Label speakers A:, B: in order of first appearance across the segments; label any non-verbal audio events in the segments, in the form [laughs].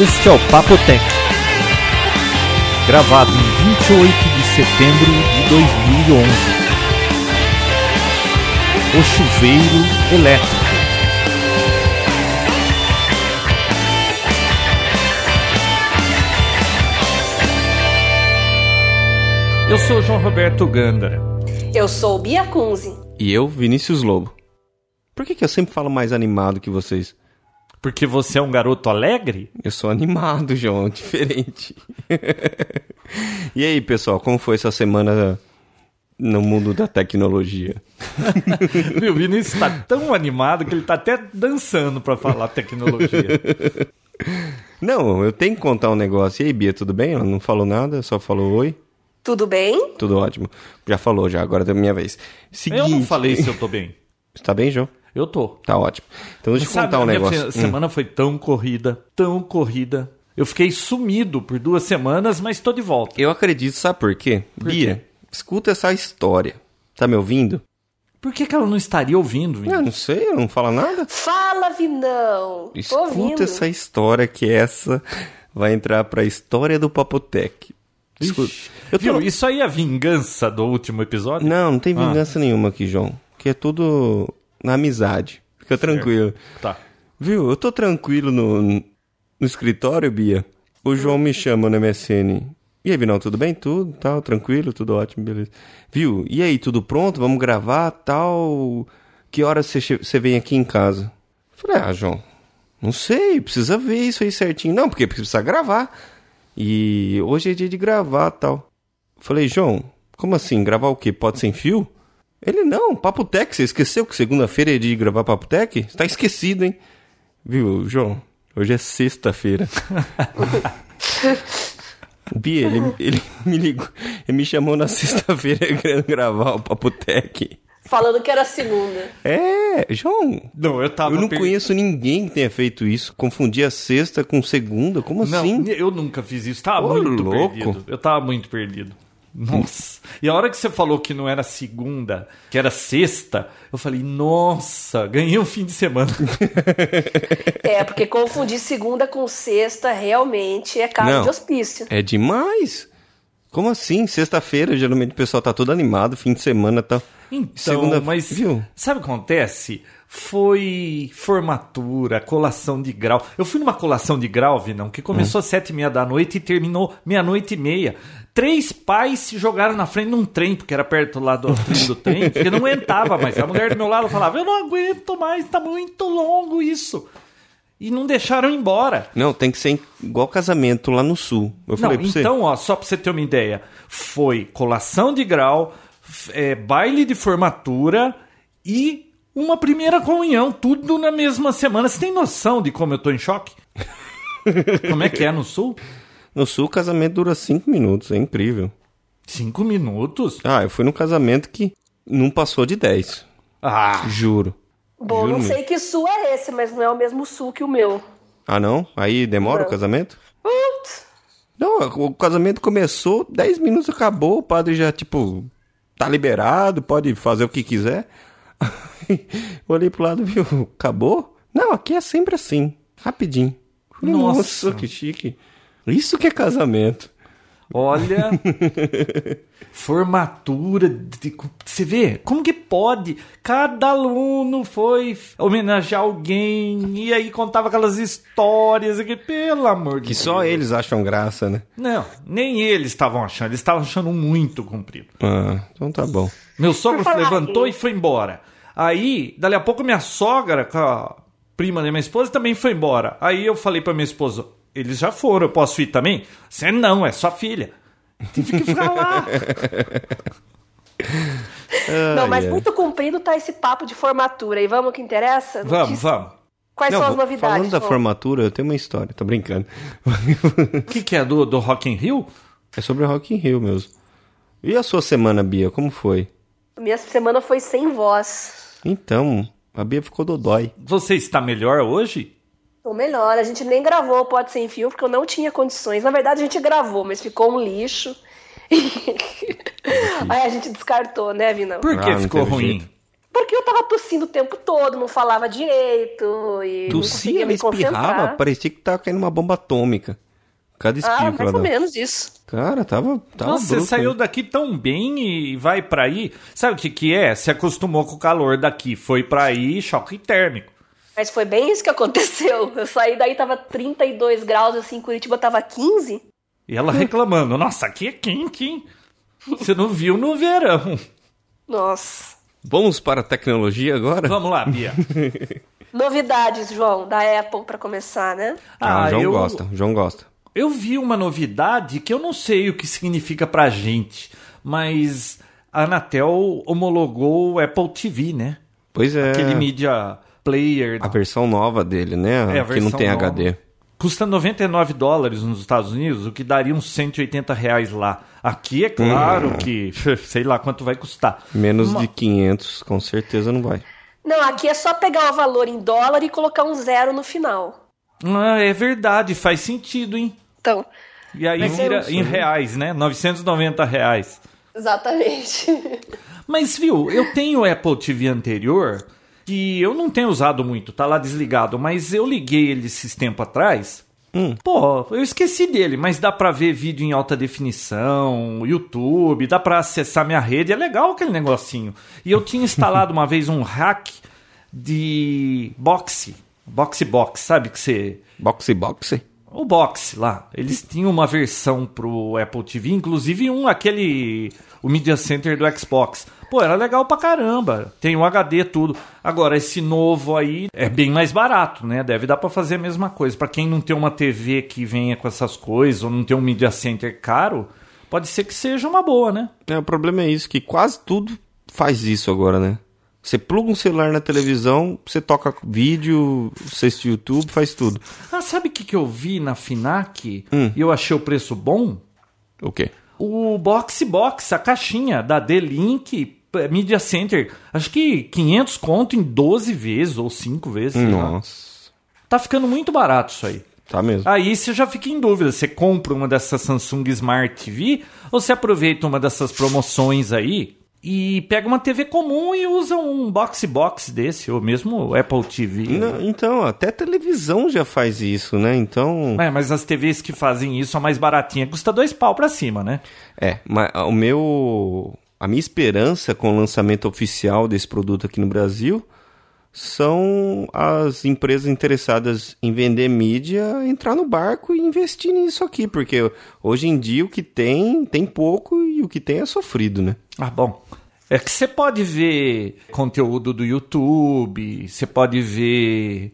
A: Este é o Papo Tech, gravado em 28 de setembro de 2011. O chuveiro elétrico. Eu sou João Roberto Gandara.
B: Eu sou Bia Kunze.
C: E eu, Vinícius Lobo. Por que, que eu sempre falo mais animado que vocês?
A: Porque você é um garoto [laughs] alegre?
C: Eu sou animado, [laughs] João, diferente. [laughs] e aí, pessoal, como foi essa semana no mundo da tecnologia?
A: Meu, o Vinícius está tá tão animado que ele está até dançando para falar tecnologia.
C: Não, eu tenho que contar um negócio. E aí, Bia, tudo bem? Ela não falou nada, só falou oi.
B: Tudo bem?
C: Tudo ótimo. Já falou, já. Agora deu minha vez. Seguinte...
A: Eu não falei se eu tô bem.
C: Está bem, João?
A: Eu tô.
C: Tá ótimo. Então deixa eu
A: Sabe,
C: contar um
A: a minha
C: negócio.
A: se- semana foi tão corrida, tão corrida. Eu fiquei sumido por duas semanas, mas tô de volta.
C: Eu acredito, sabe por quê? Bia, escuta essa história. Tá me ouvindo?
A: Por que, que ela não estaria ouvindo,
C: Eu
A: Vinícius?
C: não sei, eu não fala nada.
B: Fala, Vinão. Tô ouvindo.
C: Escuta essa história que essa vai entrar pra história do Papotec. Escuta. Eu tô...
A: Viu? Isso Ah. aí é a vingança do último episódio?
C: Não, não tem vingança nenhuma aqui, João. Que é tudo na amizade. Fica tranquilo.
A: Tá.
C: Viu? Eu tô tranquilo no, no escritório, Bia. O João me chama no MSN. E aí, Vinão, tudo bem? Tudo, tal, tranquilo, tudo ótimo, beleza. Viu? E aí, tudo pronto? Vamos gravar, tal? Que hora você che- você vem aqui em casa? Eu Falei, ah, João, não sei, precisa ver isso aí certinho. Não, porque precisa gravar. E hoje é dia de gravar, tal. Eu Falei, João, como assim? Gravar o quê? Pode sem fio? Ele, não, Papo Tech, você esqueceu que segunda-feira é dia de gravar Papo Tech? Você tá esquecido, hein? Viu, João? Hoje
A: [laughs]
C: é sexta-feira. Bia, ele, ele me ligou, ele me chamou na sexta-feira [laughs] querendo gravar o Papotec.
B: Falando que era segunda.
C: É, João,
A: Não, eu tava.
C: eu não
A: per-
C: conheço ninguém que tenha feito isso. Confundir a sexta com segunda, como
A: Não,
C: assim?
A: eu nunca fiz isso. Tava
C: Ô,
A: muito
C: louco.
A: perdido. Eu tava muito perdido. Nossa. E a hora que você falou que não era segunda, que era sexta, eu falei, nossa, ganhei um fim de semana.
B: É, porque confundir segunda com sexta realmente é casa
C: Não.
B: de hospício.
C: É demais. Como assim? Sexta-feira, geralmente o pessoal tá todo animado, fim de semana tá. e tal.
A: Então,
C: Segunda-
A: mas
C: viu?
A: sabe o que acontece? Foi formatura, colação de grau. Eu fui numa colação de grau, Vinão, que começou às sete e meia da noite e terminou meia-noite e meia. Três pais se jogaram na frente de um trem, porque era perto lá
C: [laughs]
A: do trilho do trem, porque não aguentava mais. A mulher do meu lado falava, eu não aguento mais, tá muito longo isso. E não deixaram ir embora.
C: Não, tem que ser igual casamento lá no sul. Eu
A: Não,
C: falei pra você.
A: então, ó, só pra você ter uma ideia, foi colação de grau, f- é, baile de formatura e uma primeira comunhão, tudo na mesma semana. Você tem noção de como eu tô em choque?
C: [laughs]
A: como é que é no sul?
C: No sul, o casamento dura cinco minutos, é incrível.
A: Cinco minutos?
C: Ah, eu fui num casamento que não passou de 10.
A: Ah,
C: Juro.
B: Bom,
C: Juro
B: não
C: mesmo.
B: sei que sul é esse, mas não é o mesmo sul que o meu.
C: Ah, não? Aí demora o casamento?
B: Putz.
C: Não, o casamento começou, 10 minutos acabou, o padre já, tipo, tá liberado, pode fazer o que quiser. [laughs] Aí, Olhei pro lado, viu? Acabou? Não, aqui é sempre assim, rapidinho. Falei,
A: Nossa.
C: Nossa, que chique. Isso que é casamento. [laughs]
A: olha. formatura. de- você vê? Como que pode? Cada aluno foi homenagear alguém e aí contava aquelas histórias. e que, Pelo amor de
C: Que
A: Deus.
C: só eles acham graça, né?
A: Não, nem eles estavam achando, eles estavam achando muito comprido.
C: Ah, então tá bom.
A: Meu sogro
B: Por falar
A: levantou e
B: nisso.
A: foi embora. Aí, dali a pouco, minha sogra, com a prima da minha esposa, também foi embora. Aí eu falei pra minha esposa: eles já foram, eu posso ir também? Você não, é sua filha. Tive que ficar lá.
B: não, mas
C: ai.
B: muito comprido tá esse papo de formatura. E vamos ao que interessa?
A: vamos,
B: Notícias-
A: vamos.
B: Quais
C: Não,
B: são as
C: vou-
B: novidades?
C: Falando da
B: João?
C: formatura, eu tenho uma história, tô brincando. [laughs]
A: O que, que é do, do Rock in Rio?
C: É sobre o Rock in Rio mesmo. E a sua semana, Bia, como foi?
B: Minha semana foi sem voz.
C: Então, a Bia ficou dodói.
A: Você está melhor hoje?
B: Ou melhor, a gente nem gravou o Pode Sem Fio porque eu não tinha condições. Na verdade, a gente gravou, mas ficou um lixo. [laughs] Aí a gente descartou, né, Vinão?
A: Por que
C: Ah, não
A: ficou
C: teve
A: ruim?
C: jeito.
B: Porque eu tava tossindo o tempo todo, não falava direito e não
C: Tossia,
B: conseguia
C: ela
B: me
C: espirrava,
B: concentrar.
C: parecia que tava caindo uma bomba atômica. Cada
B: Ah,
C: espirro que ela
B: mais ou
C: dava.
B: menos isso.
C: Cara, tava, tava
A: Nossa, você
C: bruto,
A: saiu
C: né?
A: daqui tão bem e vai pra aí. Sabe o que que é? Se acostumou com o calor daqui, foi pra aí, choque térmico.
B: Mas foi bem isso que aconteceu. [laughs] Eu saí daí, tava 32 graus, assim, Curitiba tava 15.
A: E
C: [laughs]
A: ela reclamando, nossa, aqui é quente, hein? Você não viu no
C: [laughs]
A: verão.
B: Nossa.
C: Vamos para a tecnologia agora?
A: Vamos lá, Bia.
B: Novidades, João, da Apple pra começar, né?
C: Ah, o João gosta, o João gosta.
A: Eu vi uma novidade que eu não sei o que significa pra gente, mas a Anatel homologou o Apple TV, né?
C: Pois é,
A: Aquele mídia player.
C: a versão nova dele, né?
A: É, a
C: que não
A: versão
C: tem
A: nova.
C: HD.
A: Custa 99 dólares nos Estados Unidos, o que daria uns 180 reais lá. Aqui é claro que [laughs] sei lá quanto vai custar.
C: Hum. Menos
A: Uma-
C: de 500, com certeza não vai.
B: Não, aqui é só pegar o valor em dólar e colocar um zero no final.
A: Ah, é verdade, faz sentido, hein?
B: Então,
A: E aí
B: Mas eu
A: vira
B: não
A: em reais, né? 990 reais.
B: exatamente. [laughs]
A: Mas viu, eu tenho o Apple TV anterior que eu não tenho usado muito, tá lá desligado, mas eu liguei ele esses tempo atrás. Pô, eu esqueci dele, mas dá pra ver vídeo em alta definição, YouTube, dá pra acessar minha rede, é legal aquele negocinho. E eu tinha instalado uma vez um hack de boxe, boxe box, sabe que você
C: Boxe, boxe.
A: o box lá, eles tinham uma versão pro Apple TV, inclusive um aquele o Media Center do Xbox. Pô, era legal pra caramba. Tem o HD tudo. Agora esse novo aí é bem mais barato, né? Deve dar pra fazer a mesma coisa. Pra quem não tem uma TV que venha com essas coisas ou não tem um Media Center caro, pode ser que seja uma boa, né?
C: É, o problema é isso, que quase tudo faz isso agora, né? Você pluga um celular na televisão, você toca vídeo, você assiste YouTube, faz tudo.
A: Ah, sabe o que, que eu vi na Finac e eu achei o preço bom?
C: O quê?
A: O Box Box, a caixinha da D-Link eh, Media Center, acho que 500 conto em 12 vezes ou 5 vezes. sei lá.
C: Nossa,
A: Tá ficando muito barato isso aí.
C: tá mesmo.
A: Aí você já fica em dúvida, você compra uma dessas Samsung Smart TV ou você aproveita uma dessas promoções aí e pega uma TV comum e usa um Box Box desse, ou mesmo Apple TV.
C: Não, então, até televisão já faz isso, né? Então,
A: É, mas as TVs que fazem isso, a mais baratinha, custa dois pau pra cima, né?
C: é, mas o meu a minha esperança com o lançamento oficial desse produto aqui no Brasil são as empresas interessadas em vender mídia entrar no barco e investir nisso aqui, porque hoje em dia o que tem tem pouco e o que tem é sofrido, né?
A: Ah, bom. É que você pode ver conteúdo do YouTube, você pode ver.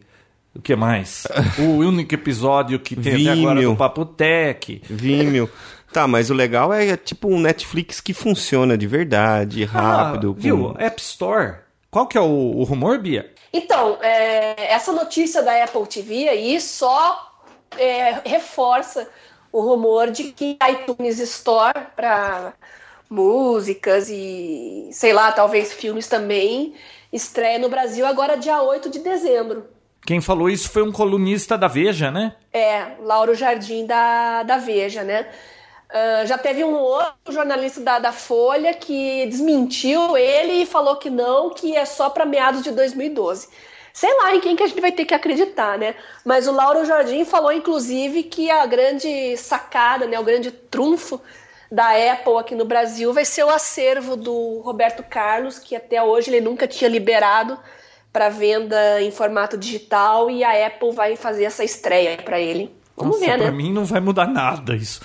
A: O que
C: [laughs]
A: mais? o único episódio que tem até agora
C: Vimeo.
A: do Papo Tech. [laughs]
C: Vimeo. Tá, mas o legal é, é tipo um Netflix que funciona de verdade, rápido.
A: Ah, viu?
C: com-
A: App Store. Qual que é o, o rumor, Bia?
B: Então, é, essa notícia da Apple TV aí só é, reforça o rumor de que a iTunes Store para músicas e, sei lá, talvez filmes também, estreia no Brasil agora dia 8 de dezembro.
A: Quem falou isso foi um colunista da Veja, né?
B: É, Lauro Jardim da, da Veja, né? Ah, já teve um outro jornalista da, da Folha que desmentiu ele e falou que não, que é só para meados de 2012. Sei lá em quem que a gente vai ter que acreditar, né? Mas o Lauro Jardim falou, inclusive, que a grande sacada, né, o grande trunfo da Apple aqui no Brasil vai ser o acervo do Roberto Carlos, que até hoje ele nunca tinha liberado para venda em formato digital e a Apple vai fazer essa estreia para ele. Vamos
A: Nossa,
B: ver,
A: pra
B: né?
A: mim não vai mudar nada isso.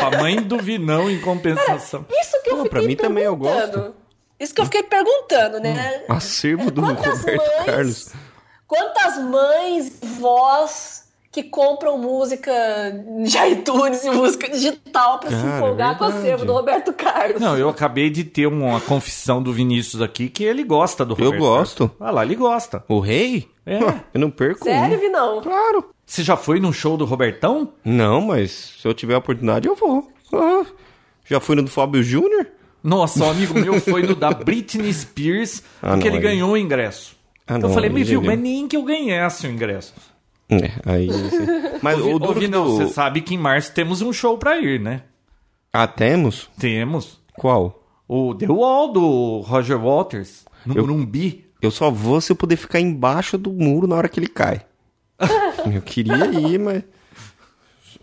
A: a mãe do Vinão em compensação.
B: Isso que eu
C: Não,
B: fiquei
C: pra mim também eu
B: perguntando. Isso que eu fiquei perguntando, né?
A: É,
C: Acervo do Hum, Roberto Carlos.
B: Quantas mães, vós que compram música de [laughs] iTunes e música digital pra se
C: Cara, é
B: empolgar com o
C: verdade.
B: acervo do Roberto Carlos?
A: Não, eu acabei de ter uma confissão do Vinícius aqui que ele gosta do
C: Eu
A: Roberto.
C: gosto.
A: Carlos. Ah lá, ele gosta.
C: O rei?
A: É.
C: [laughs] Eu não perco.
B: Sério,
C: um.
B: Vinão?
C: Claro.
A: Você já foi num show do Robertão?
C: Não, mas se eu tiver a oportunidade, eu vou. Ah, já fui no do Fábio Júnior?
A: Nossa, um amigo meu foi no da Britney Spears,
C: [laughs] Ah,
A: porque ele
C: não, aí-
A: ganhou o ingresso.
C: Ah,
A: eu
C: não,
A: falei,
C: aí
A: me
C: já
A: viu,
C: deu.
A: mas nem que eu ganhasse o ingresso.
C: É, aí. você- [laughs] Mas
A: Ouvi,
C: É, o duro
A: ouvi, não,
C: do...
A: você sabe que em março temos um show pra ir, né?
C: Ah, temos?
A: Temos.
C: Qual?
A: O The Wall do Roger Waters. No
C: Eu-
A: Morumbi?
C: Eu só vou se eu puder ficar embaixo do muro na hora que ele [laughs] cai. eu queria ir, mas.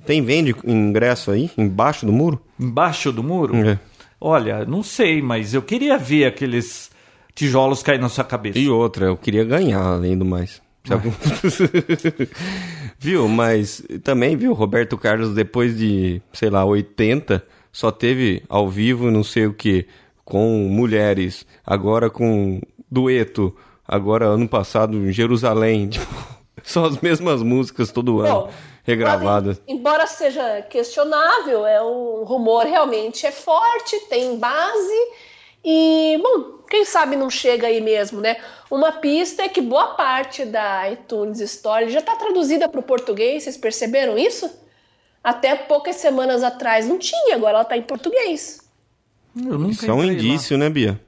C: Tem vende ingresso aí? Embaixo do muro?
A: Embaixo do muro?
C: É.
A: Olha, não sei, mas eu queria ver aqueles tijolos cair na sua cabeça.
C: E outra, eu queria ganhar, além do mais. Se algum- [laughs] viu? Mas também, viu, Roberto Carlos, depois de, sei lá, 80, só teve ao vivo, não sei o que, com mulheres, agora com dueto, agora ano passado em Jerusalém. [laughs] Tipo, são as mesmas músicas todo ano,
B: Bom,
C: regravadas.
B: Mas, embora seja questionável, é um rumor realmente é forte, tem base e, bom, quem sabe não chega aí mesmo, né? Uma pista é que boa parte da iTunes Store já está traduzida para o português, vocês perceberam isso? Até poucas semanas atrás não tinha, agora ela está em português.
A: Eu nunca
C: Isso é um
A: entrei lá.
C: indício, né, Bia?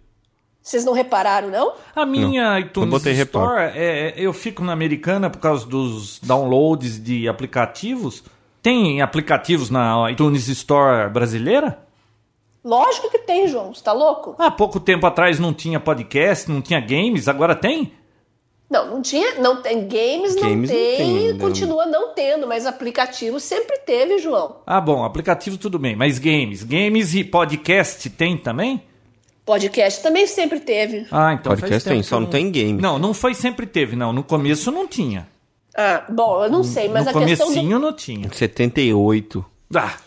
B: Vocês não repararam, não?
A: A minha
C: Eu
A: iTunes
C: botei
A: Store, é, eu fico na americana por causa dos downloads de aplicativos. Tem aplicativos na iTunes Store brasileira?
B: Lógico que tem, João, você tá louco?
A: Há pouco tempo atrás não tinha podcast, não tinha games, agora tem?
B: Não, não tinha, não tem games,
C: Games
B: não
C: não tem
B: tem,
C: ainda.
B: continua não tendo, mas aplicativo sempre teve, João.
A: Ah, bom, aplicativo tudo bem, mas games, games e podcast tem também?
B: Podcast também sempre teve.
A: Ah, então faz
C: Podcast
A: tempo né?
C: tem,
A: que
C: só
A: eu
C: não tem game.
A: Não, não foi sempre teve, não. No começo não tinha.
B: Ah, bom, eu não sei, mas
A: no
B: a questão, do-
A: comecinho não tinha.
C: 78.
A: Ah,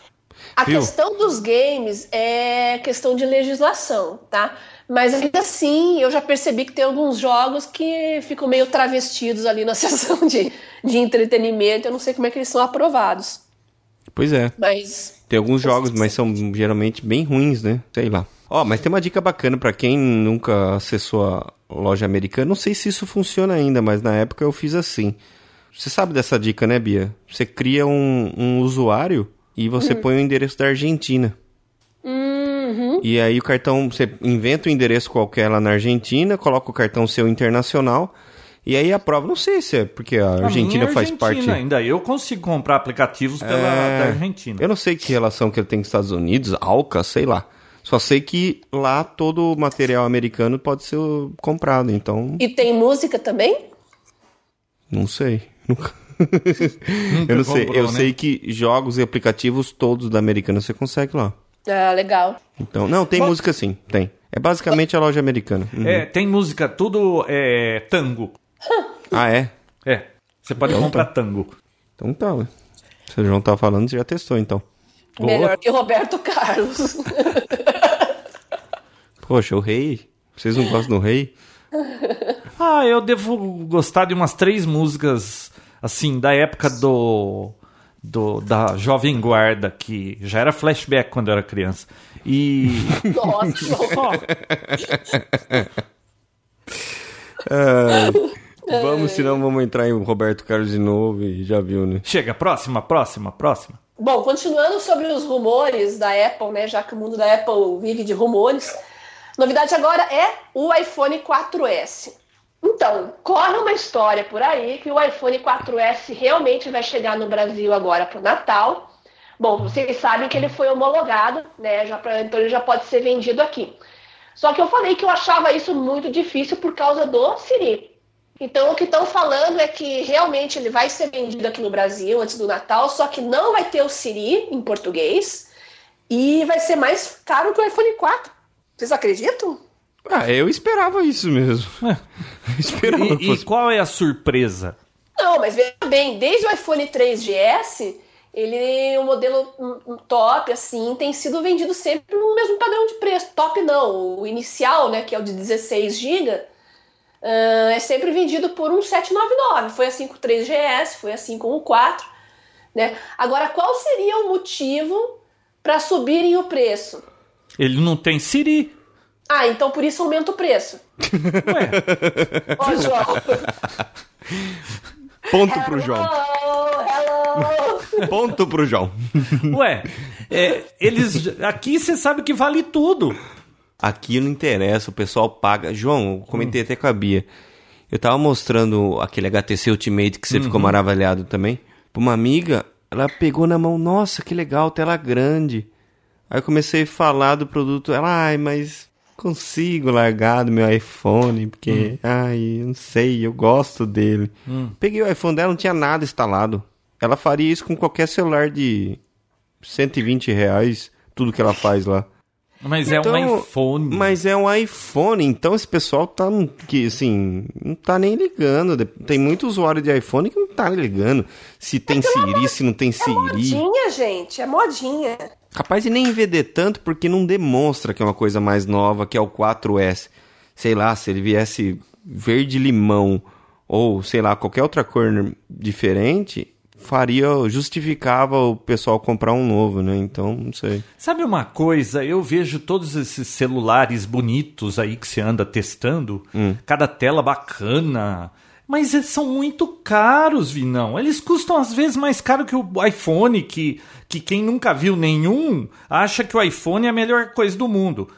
B: a
C: viu?
B: questão dos games é questão de legislação, tá? Mas ainda assim, eu já percebi que tem alguns jogos que ficam meio travestidos ali na [laughs] sessão de, de entretenimento. Eu não sei como é que eles são aprovados.
C: Pois é.
B: Mas
C: Tem alguns jogos, mas são geralmente bem ruins, né? Sei lá. Ó, mas tem uma dica bacana pra quem nunca acessou a loja americana. Não sei se isso funciona ainda, mas na época eu fiz assim. Você sabe dessa dica, né, Bia? Você cria um, um usuário e você
A: Uhum.
C: põe o endereço da Argentina.
B: uhum.
C: E aí o cartão, você inventa um endereço qualquer lá na Argentina, coloca o cartão seu internacional e aí aprova. Não sei se é porque a
A: a
C: Argentina
A: minha é
C: faz
A: Argentina
C: parte.
A: Ainda eu consigo comprar aplicativos pela
C: É.
A: da Argentina.
C: Eu não sei que relação que ele tem com os Estados Unidos, Alca, sei lá. Só sei que lá todo o material americano pode ser o- comprado, então
B: e tem música também?
C: não sei. Nunca.
A: Nunca
C: eu não sei.
A: comprou,
C: Eu
A: né?
C: sei que jogos e aplicativos todos da americana você consegue lá.
B: Ah, legal.
C: Então, não, tem música sim, tem. É basicamente a loja americana. Uhum.
A: É, tem música, tudo é tango.
C: Ah, é?
A: É. Você pode
C: Então
A: comprar tango.
C: Então tá. ué. Se o João tá falando, você já testou então. Boa.
B: Melhor que Roberto Carlos. [laughs]
C: Poxa, o rei. Vocês não gostam do rei?
A: Ah, eu devo gostar de umas três músicas, assim, da época do. do da Jovem Guarda, que já era flashback quando eu era criança.
C: [laughs]
A: E.
B: Nossa, João.
A: Só.
C: Vamos, senão vamos entrar em Roberto Carlos de novo e já viu, né?
A: Chega, próxima, próxima, próxima.
B: Bom, continuando sobre os rumores da Apple, né? Já que o mundo da Apple vive de rumores, novidade agora é o iPhone 4S. Então, corre uma história por aí que o iPhone 4S realmente vai chegar no Brasil agora para o Natal. Bom, vocês sabem que ele foi homologado, né? Já pra- então ele já pode ser vendido aqui. Só que eu falei que eu achava isso muito difícil por causa do Siri. Então, o que estão falando é que realmente ele vai ser vendido aqui no Brasil antes do Natal, só que não vai ter o Siri em português e vai ser mais caro que o iPhone 4. Vocês acreditam?
C: Ah, eu esperava isso mesmo. [laughs] Eu esperava
A: E, e
C: que fosse.
A: qual é a surpresa?
B: Não, mas veja bem, desde o iPhone 3GS, ele o modelo hum, hum, top, assim, tem sido vendido sempre no mesmo padrão de preço. Top não, o inicial, né, que é o de 16 GB, ah, é sempre vendido por um 799. Foi assim com o 3GS, foi assim com o 4, né? Agora, qual seria o motivo para subirem o preço?
A: Ele não tem Siri.
B: Ah, então por isso aumenta o
C: [laughs]
B: preço.
A: Ué,
B: Ó, João.
C: Ponto pro João.
B: Hello, hello.
C: Ponto pro João.
A: ué. É, eles. Aqui você sabe que vale tudo.
C: Aqui não interessa, o pessoal paga. João, eu comentei até com a Bia. Eu tava mostrando aquele HTC Ultimate que você ficou maravilhado também. Pra uma amiga, ela pegou na mão, nossa, que legal, tela grande. Aí eu comecei a falar do produto, ela, ai, mas consigo largar do meu iPhone, porque, ai, eu não sei, eu gosto dele. Peguei o iPhone dela, não tinha nada instalado. Ela faria isso com qualquer celular de 120 reais, tudo que ela faz lá.
A: Mas é um
C: Então,
A: iPhone.
C: Mas é um iPhone, então esse pessoal tá, num- que, assim, não tá nem ligando. De- Tem muito usuário de iPhone que não tá ligando se tem Siri, se não tem Siri.
B: Modinha, gente, é modinha.
C: Capaz de nem vender tanto porque não demonstra que é uma coisa mais nova, que é o 4S. Sei lá, se ele viesse verde-limão ou, sei lá, qualquer outra cor diferente, faria, justificava o pessoal comprar um novo, né? Então, não sei.
A: Sabe uma coisa? Eu vejo todos esses celulares bonitos aí que você anda testando, cada tela bacana. Mas eles são muito caros, Vinão. Eles custam às vezes mais caro que o iPhone, que, que quem nunca viu nenhum acha que o iPhone é a melhor coisa do mundo.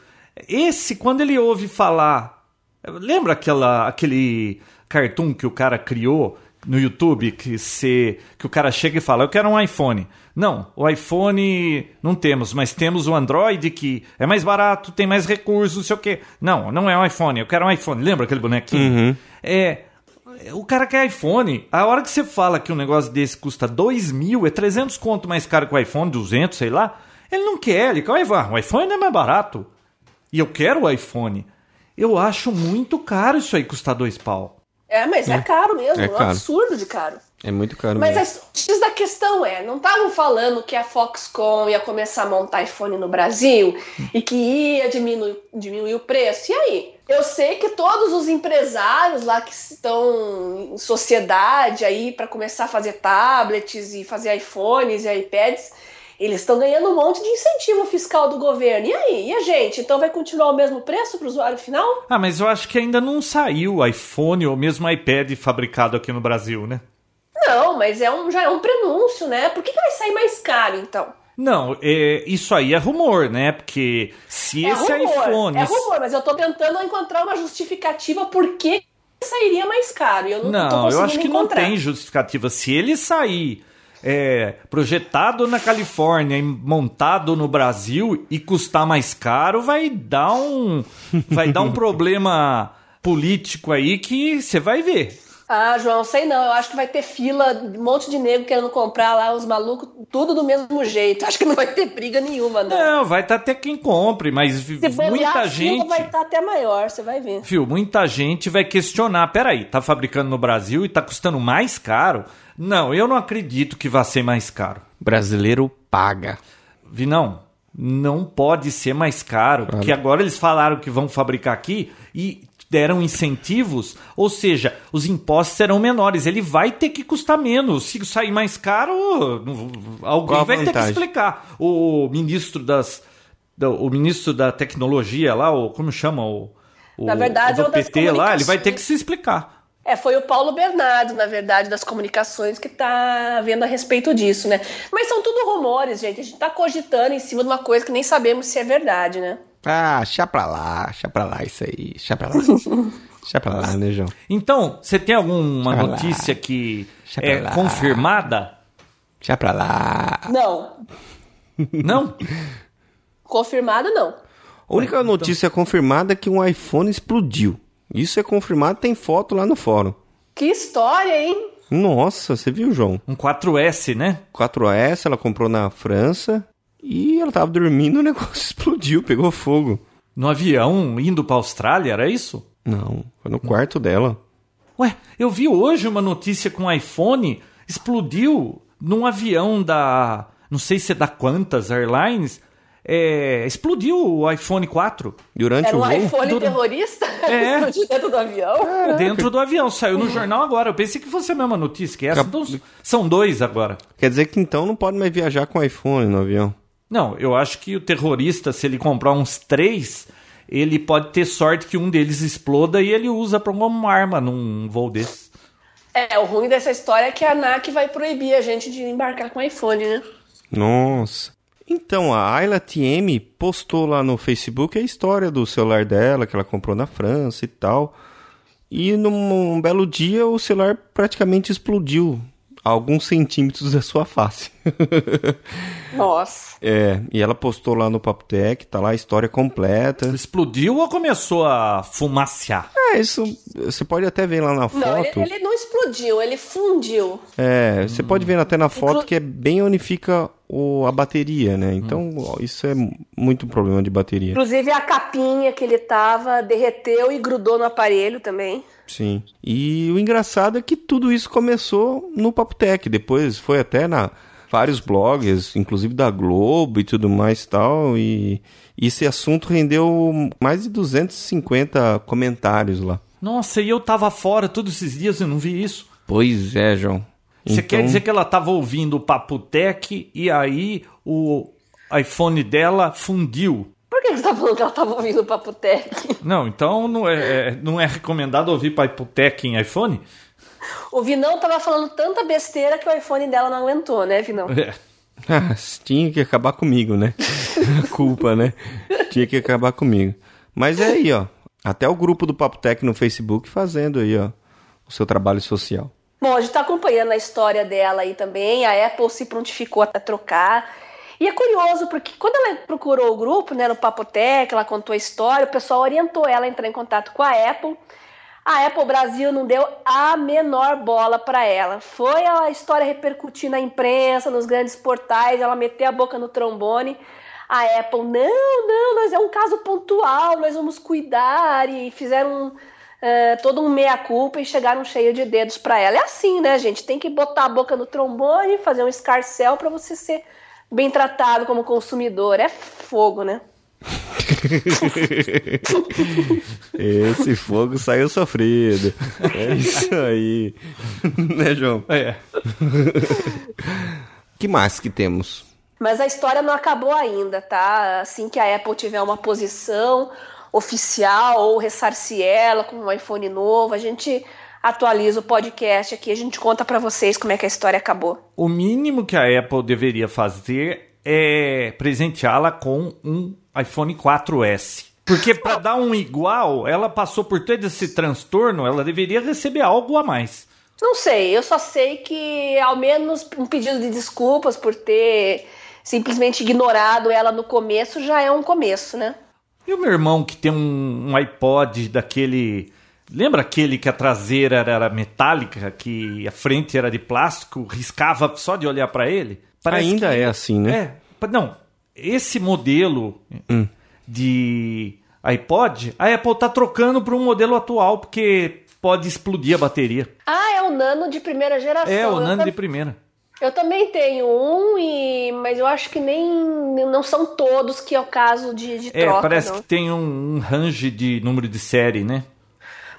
A: Esse, quando ele ouve falar. Lembra aquela, aquele cartoon que o cara criou no YouTube que, se, que o cara chega e fala: Eu quero um iPhone. Não, o iPhone não temos, mas temos o Android que é mais barato, tem mais recursos, não sei o quê. Não, não é um iPhone, eu quero um iPhone. Lembra aquele bonequinho? É. O cara quer iPhone. A hora que você fala que um negócio desse custa 2 mil, é 300 conto mais caro que o iPhone, 200, sei lá. Ele não quer, ele quer o iPhone. O iPhone é mais barato. E eu quero o iPhone. Eu acho muito caro isso aí custar dois pau.
B: É, mas é, caro mesmo,
C: É
B: é,
C: caro.
B: um absurdo de caro.
C: É muito caro
B: Mas
C: mesmo.
B: a X da questão é, não estavam falando que a Foxconn ia começar a montar iPhone no Brasil e que ia diminuir, diminuir o preço. E aí? Eu sei que todos os empresários lá que estão em sociedade aí para começar a fazer tablets e fazer iPhones e iPads, eles estão ganhando um monte de incentivo fiscal do governo. E aí? E a gente? Então vai continuar o mesmo preço para o usuário final?
A: Ah, mas eu acho que ainda não saiu iPhone ou mesmo iPad fabricado aqui no Brasil, né?
B: Não, mas é um, já é um prenúncio, né? Por que, que vai sair mais caro então?
A: Não, é, isso aí é rumor, né? Porque se esse iPhone.
B: É rumor, mas eu tô tentando encontrar uma justificativa por que sairia mais caro. e Eu não, tô
A: Não,
B: conseguindo
A: eu acho que
B: encontrar.
A: não tem justificativa. Se ele sair é, projetado na Califórnia e montado no Brasil e custar mais caro, vai dar um, vai
B: [laughs]
A: dar um problema político aí que você vai ver.
B: Ah, João, sei não. Eu acho que vai ter fila, um monte de nego querendo comprar lá, os malucos, tudo do mesmo jeito. Acho que não vai ter briga nenhuma, não.
A: Não, vai estar até quem compre, mas vi-
B: Se bobear,
A: É, muita
B: a fila
A: gente.
B: vai tá. estar até maior, você vai ver.
A: Fio, muita gente vai questionar. Peraí, tá fabricando no Brasil e tá custando mais caro? Não, eu não acredito que vai ser mais caro.
C: Brasileiro paga.
A: Vinão, não pode ser mais caro, porque agora eles falaram que vão fabricar aqui e deram incentivos, ou seja, os impostos serão menores, ele vai ter que custar menos. Se sair mais caro, alguém
C: Qual a
A: vai ter que
C: vantagem?
A: explicar. O ministro das da- o ministro da tecnologia lá, o como chama o o-
B: Na verdade,
A: o
B: é
A: do
B: o das
A: PT lá, ele vai ter
B: comunicações.
A: que se explicar.
B: É, foi o Paulo Bernardo, na verdade, das comunicações, que tá vendo a respeito disso, né? Mas são tudo rumores, gente. A gente tá cogitando em cima de uma coisa que nem sabemos se é verdade, né?
C: Ah, chá pra lá, chá pra lá isso aí,
B: [laughs]
C: chá pra lá. chá pra lá, né, João?
A: Então, você tem alguma
C: Deixa pra lá.
A: notícia que
C: Deixa
A: é
C: pra lá.
A: confirmada?
C: Chá pra lá.
B: Não,
A: Não?
B: confirmado não.
C: A única notícia confirmada é que um iPhone explodiu. Isso é confirmado, tem foto lá no fórum.
B: Que história, hein?
C: Nossa, você viu, João?
A: Um 4S, né?
C: 4S ela comprou na França e ela tava dormindo, [laughs] o negócio explodiu, pegou fogo.
A: No avião, indo pra Austrália, era isso?
C: Não, foi no quarto dela.
A: Ué, eu vi hoje uma notícia com um iPhone explodiu num avião da. Não sei se é da Qantas Airlines. é, explodiu o iPhone 4
C: Durante
B: Era
C: o
B: um
C: voo.
B: iPhone
A: Dura-
B: terrorista [laughs]
A: É.
B: explodido dentro do avião.
A: dentro do avião. Saiu no jornal agora. Eu pensei que fosse a mesma notícia que essa. Então, são dois agora.
C: Quer dizer que então não pode mais viajar com iPhone no avião.
A: Não, eu acho que o terrorista, se ele comprar uns três, ele pode ter sorte que um deles exploda e ele usa pra uma arma num voo desse.
B: É, o ruim dessa história é que a ANAC vai proibir a gente de embarcar com iPhone, né?
C: Nossa. Então, a Ayla TM postou lá no Facebook a história do celular dela, que ela comprou na França e um tal. E num belo dia o celular praticamente explodiu. alguns centímetros da sua face. [laughs]
B: Nossa.
C: É, e ela postou lá no Papo Tech, tá lá a história completa.
A: Explodiu ou começou a fumacear?
C: É, isso você pode até ver lá na foto.
B: Não, ele, ele não explodiu, ele fundiu.
C: É, você pode ver até na foto
B: Inclu-
C: que é bem onde fica o, a bateria, né? Então, ó, isso é muito um problema de bateria.
B: Inclusive a capinha que ele tava derreteu e grudou no aparelho também.
C: Sim. E o engraçado é que tudo isso começou no Papo Tech, depois foi até na vários blogs, inclusive da Globo e tudo mais e tal, e e esse assunto rendeu mais de 250 comentários lá.
A: Nossa, e eu tava fora todos esses dias e não vi isso.
C: Pois é, João.
A: Você quer
C: Então-
A: dizer que ela tava ouvindo o Papo Tech e aí o iPhone dela fundiu?
B: Por que você tá falando que ela tava ouvindo o Papo Tech?
A: Não, então não é, é- não é recomendado ouvir Papo Tech em iPhone?
B: O Vinão tava falando tanta besteira que o iPhone dela não aguentou, né, Vinão?
A: É.
C: [laughs] Ah, tinha que acabar comigo, né? [laughs] A culpa, né? Tinha que acabar comigo. Mas é aí, ó. Até o grupo do Papo Tech no Facebook fazendo aí, ó, o seu trabalho social.
B: Bom, a gente tá acompanhando a história dela aí também. A Apple se prontificou a trocar. E é curioso, porque quando ela procurou o grupo, né, no Papotec, ela contou a história, o pessoal orientou ela a entrar em contato com a Apple. A Apple Brasil não deu a menor bola para ela. Foi a história repercutir na imprensa, nos grandes portais, ela meteu a boca no trombone. A Apple, não, não, nós é um caso pontual, nós vamos cuidar. E fizeram é, todo um meia-culpa e chegaram cheio de dedos pra ela. É assim, né, gente? Tem que botar a boca no trombone, fazer um escarcel pra você ser bem tratado como consumidor. É fogo, né?
C: Esse fogo saiu sofrido. É
A: [laughs]
C: isso aí. né, João?
A: É.
C: que mais que temos?
B: Mas a história não acabou ainda, tá? Assim que a Apple tiver uma posição oficial ou ressarcir ela com um iPhone novo, a gente atualiza o podcast aqui, a gente conta pra vocês como é que a história acabou.
A: O mínimo que a Apple deveria fazer é presenteá-la com um iPhone 4S. Porque para dar um igual, ela passou por todo esse transtorno, ela deveria receber algo a mais.
B: Não sei, eu só sei que ao menos um pedido de desculpas por ter simplesmente ignorado ela no começo já é um começo, né?
A: E o meu irmão que tem um, um iPod daquele. Lembra aquele que a traseira era, era metálica, que a frente era de plástico, riscava só de olhar pra ele?
C: Ainda é assim, né? Hum.
A: É, pa- não, esse modelo de iPod, a Apple tá trocando para um modelo atual porque pode explodir a bateria.
B: Ah, é o Nano de primeira geração.
A: É, o
B: eu,
A: Nano
B: ta-
A: de primeira.
B: eu também tenho um, e... mas eu acho que nem não são todos que é o caso de, de
A: É,
B: troca.
A: parece
B: não.
A: que tem um, um range de número de série, né?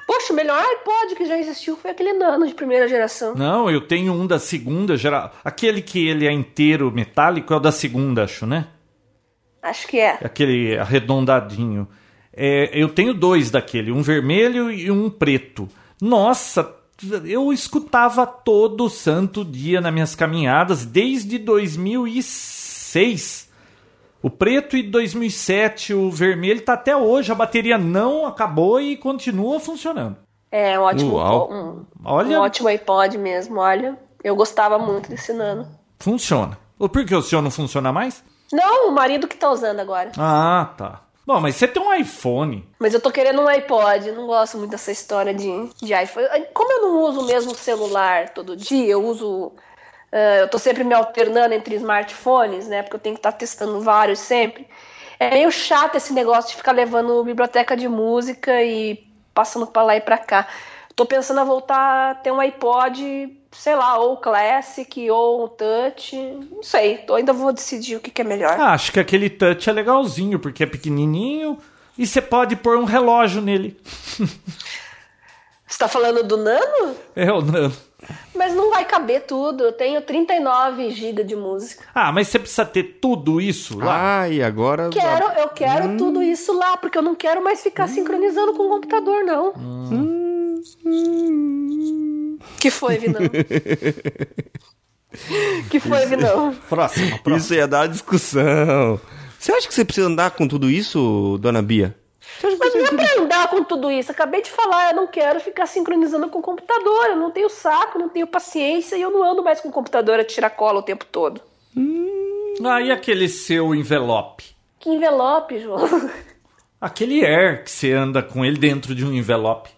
B: Poxa, o melhor iPod que já existiu foi aquele Nano de primeira geração.
A: Não, eu tenho um da segunda geração. Aquele que ele é inteiro metálico é o da segunda, acho, né?
B: Acho que é.
A: aquele arredondadinho. É, eu tenho dois daquele, um vermelho e um preto. Nossa, eu escutava todo santo dia nas minhas caminhadas desde 2006. O preto e 2007, o vermelho tá até hoje, a bateria não acabou e continua funcionando.
B: É um ótimo,
C: Uau.
B: um-
A: Olha,
B: um ótimo iPod mesmo. Olha, eu gostava muito desse Nano.
A: funciona. Ou por que o seu não funciona mais?
B: Não, o marido que tá usando agora.
A: Ah, tá. Bom, mas você tem um iPhone.
B: Mas eu tô querendo um iPod, não gosto muito dessa história de, de iPhone. Como eu não uso o mesmo celular todo dia, eu uso. ah, eu tô sempre me alternando entre smartphones, né? Porque eu tenho que estar testando vários sempre. É meio chato esse negócio de ficar levando biblioteca de música e passando pra lá e pra cá. Tô pensando a voltar a ter um iPod, sei lá, ou Classic, ou um Touch. Não sei, tô- ainda vou decidir o que, que é melhor.
A: Ah, acho que aquele touch é legalzinho, porque é pequenininho e você pode pôr um relógio nele.
B: Você tá falando do Nano?
A: É o Nano.
B: Mas não vai caber tudo. Eu tenho 39 GB de música.
A: Ah, mas você precisa ter tudo isso lá?
C: Ah, e agora.
B: Quero, eu quero tudo isso lá, porque eu não quero mais ficar sincronizando com o computador, não. Que foi, Vinão? que foi, Vinão?
C: Ah,
A: Próximo, próximo.
C: Isso ia dar discussão. Você acha que você precisa andar com tudo isso, dona Bia? Você acha que
B: Mas
C: você
B: não é
C: inclui-
B: pra andar com tudo isso. Acabei de falar, eu não quero ficar sincronizando com o computador. Eu não tenho saco, não tenho paciência e eu não ando mais com o computador a tirar cola o tempo todo.
A: Ah, e aquele seu envelope?
B: Que envelope, João. [laughs]
A: Aquele air que você anda com ele dentro de um envelope.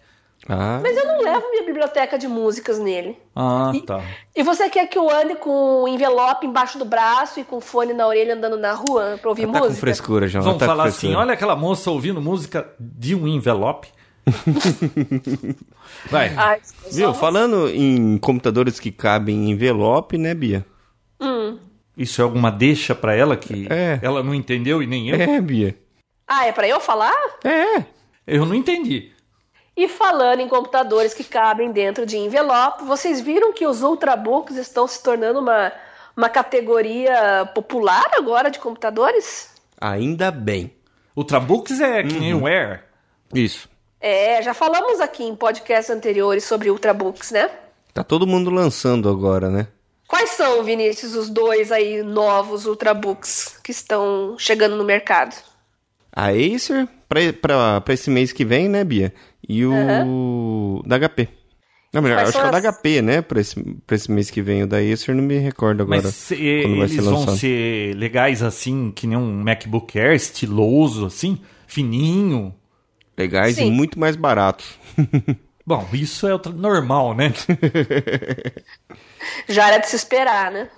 C: Ah,
B: Mas eu não levo minha biblioteca de músicas nele.
A: Ah, tá.
B: E você quer que eu ande com um envelope embaixo do braço e com fone na orelha andando na rua pra ouvir
C: tá com
B: música?
C: frescura, João.
A: Vamos
C: tá com
A: falar
C: frescura.
A: assim: olha aquela moça ouvindo música de um
C: [laughs]
A: envelope. Vai.
C: Ah.
B: Ai, um- desculpa.
C: Viu? Falando em computadores que cabem em envelope, né, Bia?
B: Hum.
A: Isso é alguma deixa pra ela que
C: É.
A: ela não entendeu e nem eu?
C: É, Bia.
B: Ah, é pra eu falar?
C: É.
A: Eu não entendi.
B: E falando em computadores que cabem dentro de envelope, vocês viram que os ultrabooks estão se tornando uma, uma categoria popular agora de computadores?
C: Ainda bem.
A: O Trabooks é que nem o Air.
C: Uhum. Isso.
B: É, já falamos aqui em podcasts anteriores sobre ultrabooks, né?
C: Tá todo mundo lançando agora, né?
B: Quais são, Vinícius, os dois aí novos ultrabooks que estão chegando no mercado?
C: A Acer pra, pra, pra esse mês que vem, né, Bia? E o da HP. Não, melhor,
B: Quais
C: acho que
B: são
C: é o da
B: as-
C: HP, né? Pra esse, pra esse mês que vem. O da Acer não me recordo agora.
A: Mas se-
C: quando vai
A: eles
C: ser
A: vão
C: lançado.
A: ser legais assim, que nem um MacBook Air, estiloso assim, fininho.
C: Legais
B: Sim.
C: e muito mais baratos.
A: Bom, isso é outra- normal,
C: [laughs]
A: né?
B: Já era de se esperar, né?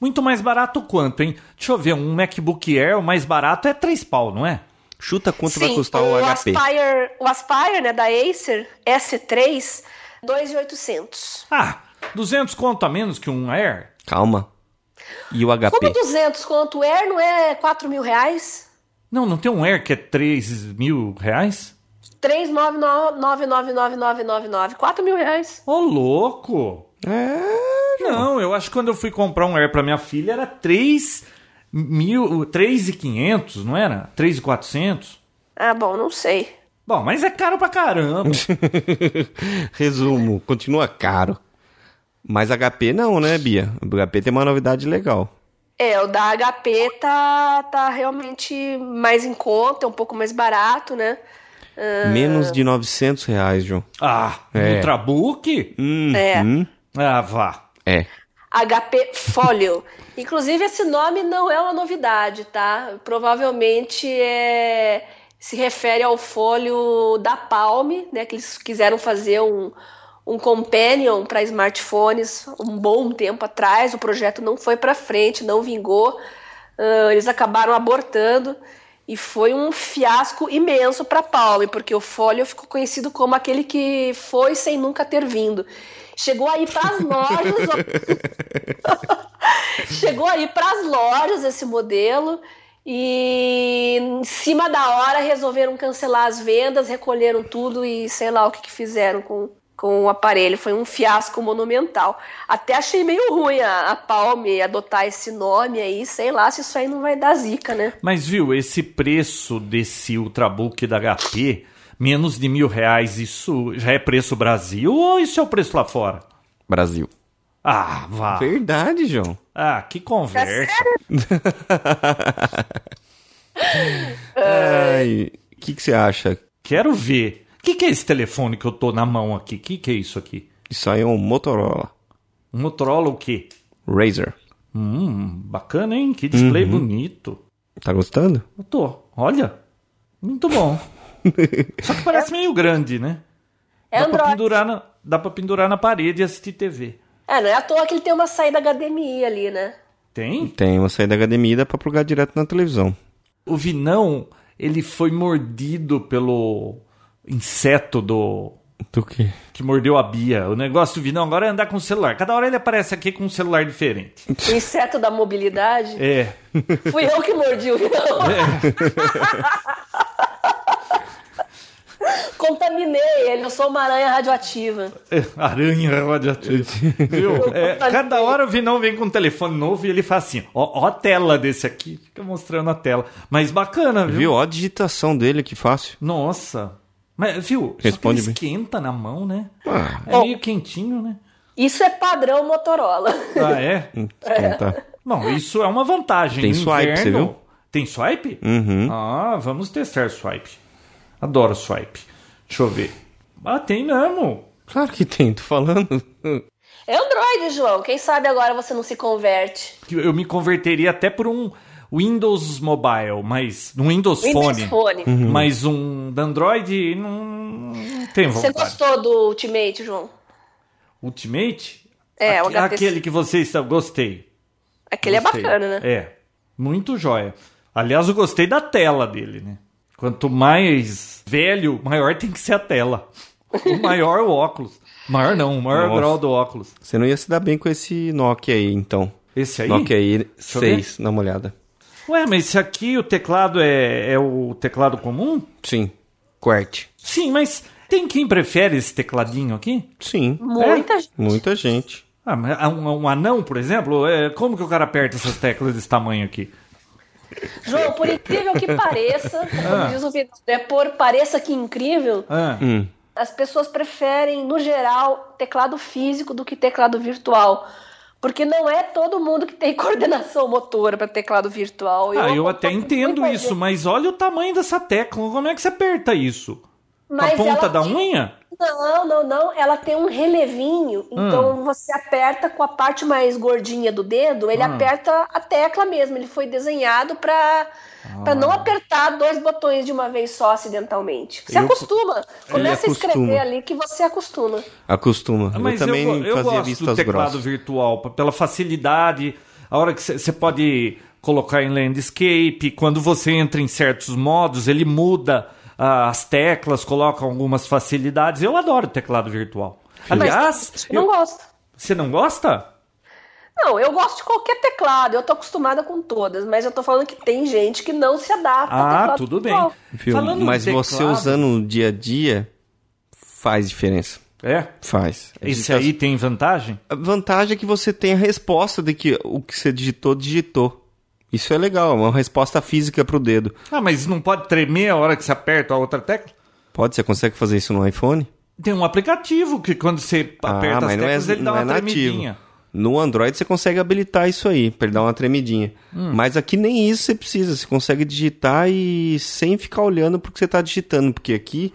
A: Muito mais barato quanto, hein? Deixa eu ver, um MacBook Air, o mais barato é 3 pau, não é?
C: Chuta quanto vai
B: Sim,
C: custar o, HP.
B: Aspire, o Aspire, né, da Acer S3, 2,800.
A: Ah, 200 conto a menos que um Air?
C: Calma. E o
B: Como
C: HP?
B: 200 quanto o Air não é 4 mil reais?
A: Não, não tem um Air que é 3 mil reais?
B: 399999999, 4 mil reais.
A: Ô, louco!
C: É, [laughs]
A: Não, eu acho que quando eu fui comprar um Air pra minha filha era 3 mil, 3,500, não era? 3,400?
B: Ah, bom, não sei.
A: Bom, mas é caro pra caramba.
C: Resumo, continua caro. Mas HP não, né, Bia? O HP tem uma novidade legal.
B: É, o da HP tá, tá realmente mais em conta, é um pouco mais barato, né?
C: Menos de 900 reais, João.
A: Ah,
C: É.
A: Ultrabook?
B: É.
C: Hum,
A: Ah, vá.
C: é.
B: HP Folio. Inclusive, esse nome não é uma novidade, tá? Provavelmente é, se refere ao folio da Palm, né? Que eles quiseram fazer um, um companion para smartphones um bom tempo atrás. O projeto não foi para frente, não vingou. Ah, eles acabaram abortando e foi um fiasco imenso para Palm, porque o Folio ficou conhecido como aquele que foi sem nunca ter vindo. Chegou aí para as lojas, Chegou aí para as lojas esse modelo e em cima da hora resolveram cancelar as vendas, recolheram tudo e sei lá o que, que fizeram com, com o aparelho. Foi um fiasco monumental. Até achei meio ruim a, a Palme adotar esse nome aí, sei lá se isso aí não vai dar zica, né?
A: Mas viu, esse preço desse Ultrabook da HP, menos de mil reais, isso já é preço Brasil ou isso é o preço lá fora?
C: Brasil.
A: Ah, vá.
C: Verdade, João.
A: Ah, que conversa.
C: Ai, O que, que você acha?
A: Quero ver. O que, que é esse telefone que eu tô na mão aqui? O que, que é isso aqui?
C: Isso aí é um Motorola
A: Um Motorola o quê?
C: Razer.
A: Hum, bacana, hein? Que display bonito.
C: Tá gostando?
A: Eu tô. Olha. Muito bom. Só que parece meio grande, né?
B: É
A: dá, pra
B: Android.
A: pendurar na, dá pra pendurar na parede e assistir TV.
B: É, não é à toa que ele tem uma saída HDMI ali, né?
A: Tem?
C: Tem uma saída HDMI, dá pra plugar direto na televisão.
A: O Vinão, ele foi mordido pelo inseto do.
C: Do que?
A: que mordeu a Bia. O negócio do Vinão agora é andar com o celular. Cada hora ele aparece aqui com um celular diferente.
B: O inseto da mobilidade.
A: É.
B: Fui eu que mordi o vilão. [laughs] Contaminei ele, eu sou uma aranha radioativa.
A: É, [laughs] Aranha radioativa. Viu? É,
C: tá
A: cada hora o Vinão vem com um telefone novo e ele faz assim: ó, ó a tela desse aqui. Fica mostrando a tela. Mas bacana, viu?
C: Viu? Ó a digitação dele, que fácil.
A: Nossa. Mas, viu?
C: Responde
A: só
C: bem.
A: que ele esquenta na mão, né?
C: Ah,
A: É
B: Bom.
A: meio quentinho, né?
B: Isso é padrão Motorola.
A: Ah, é?
C: esquenta.
A: Bom, isso é uma vantagem.
C: Hum. Tem
A: No
C: swipe, você
A: inverno-
C: viu?
A: Tem swipe?
C: Uhum.
A: Ah, vamos testar swipe. Adoro swipe. Deixa eu ver. Ah, tem mesmo.
C: Claro que tem, tô falando.
B: É Android, João. Quem sabe agora você não se converte.
A: Que Eu me converteria até por um Windows Mobile, mas. Um Windows,
B: Windows
A: Phone.
B: Phone.
A: Mas um da Android não, não tem
B: Você
A: vontade.
B: gostou do Ultimate, João?
A: Ultimate?
B: É,
A: Aque-
B: o HTC.
A: Aquele que você está. Gostei.
B: Aquele
A: Gostei.
B: é bacana, né?
A: É. Muito jóia. Aliás, eu gostei da tela dele, né? Quanto mais velho, maior tem que ser a tela. O maior é o óculos. Maior não, o maior
C: Nossa.
A: grau do óculos.
C: Você não ia se dar bem com esse Nokia aí, então.
A: Esse aí?
C: Nokia aí
A: eu ver.
C: 6, dá uma olhada.
A: Ué, mas esse aqui o teclado é, é o teclado comum?
C: Sim. Quart.
A: Sim, mas tem quem prefere esse tecladinho aqui?
C: Sim.
A: É,
B: Muita gente.
C: Muita gente.
A: Ah, mas a um, a um anão, por exemplo, é, como que o cara aperta essas teclas desse tamanho aqui?
B: João, por incrível que pareça,
A: [laughs]
B: como diz o Vidal, é por pareça que incrível,
A: Ah,
C: Hum.
B: as pessoas preferem, no geral, teclado físico do que teclado virtual. Porque não é todo mundo que tem [laughs] coordenação motora para teclado virtual.
A: Ah, eu até
B: acompanho
A: entendo
B: muita
A: isso,
B: gente,
A: mas olha o tamanho dessa tecla. Como é que você aperta isso? Com a
B: mas
A: ponta
B: ela
A: da
B: tem-
A: unha?
B: Não, não, não. Ela tem um relevinho.
A: Hum.
B: Então você aperta com a parte mais gordinha do dedo, ele
A: Hum.
B: aperta a tecla mesmo. Ele foi desenhado para para
A: Ah.
B: não apertar dois botões de uma vez só acidentalmente. Você
C: Eu-
B: acostuma. Começa a escrever
C: acostuma.
B: ali que você acostuma.
C: Acostuma.
A: Mas
C: eu também
A: go- eu
C: fazia
A: gosto do
C: vistas
A: teclado
C: grossas.
A: virtual, p- pela facilidade, a hora que você pode colocar em landscape, quando você entra em certos modos, ele muda ah, as teclas, coloca algumas facilidades. Eu adoro teclado virtual. Aliás,
B: Mas eu não
A: eu-
B: gosto.
A: você não gosta?
B: Não, eu gosto de qualquer teclado. Eu tô acostumada com todas, mas eu tô falando que tem gente que não se adapta ao
A: Ah,
B: teclado
A: tudo bem.
B: virtual.
C: Viu?
A: Falando em
C: Mas você
A: teclado-
C: usando no dia a dia faz diferença.
A: É.
C: Faz. A
A: Esse
C: digitação-
A: aí tem vantagem?
C: A vantagem é que você tem a resposta de que o que você digitou, digitou. Isso é legal, é uma resposta física pro dedo.
A: Ah, mas não pode tremer a hora que você aperta a outra tecla?
C: Pode, você consegue fazer isso no iPhone?
A: Tem um aplicativo que quando você
C: Ah,
A: aperta as
C: é
A: teclas ele dá uma tremidinha.
C: No Android você consegue habilitar isso aí, pra ele dar uma tremidinha.
A: Hum.
C: Mas aqui nem isso você precisa, você consegue digitar e sem ficar olhando porque você tá digitando, porque aqui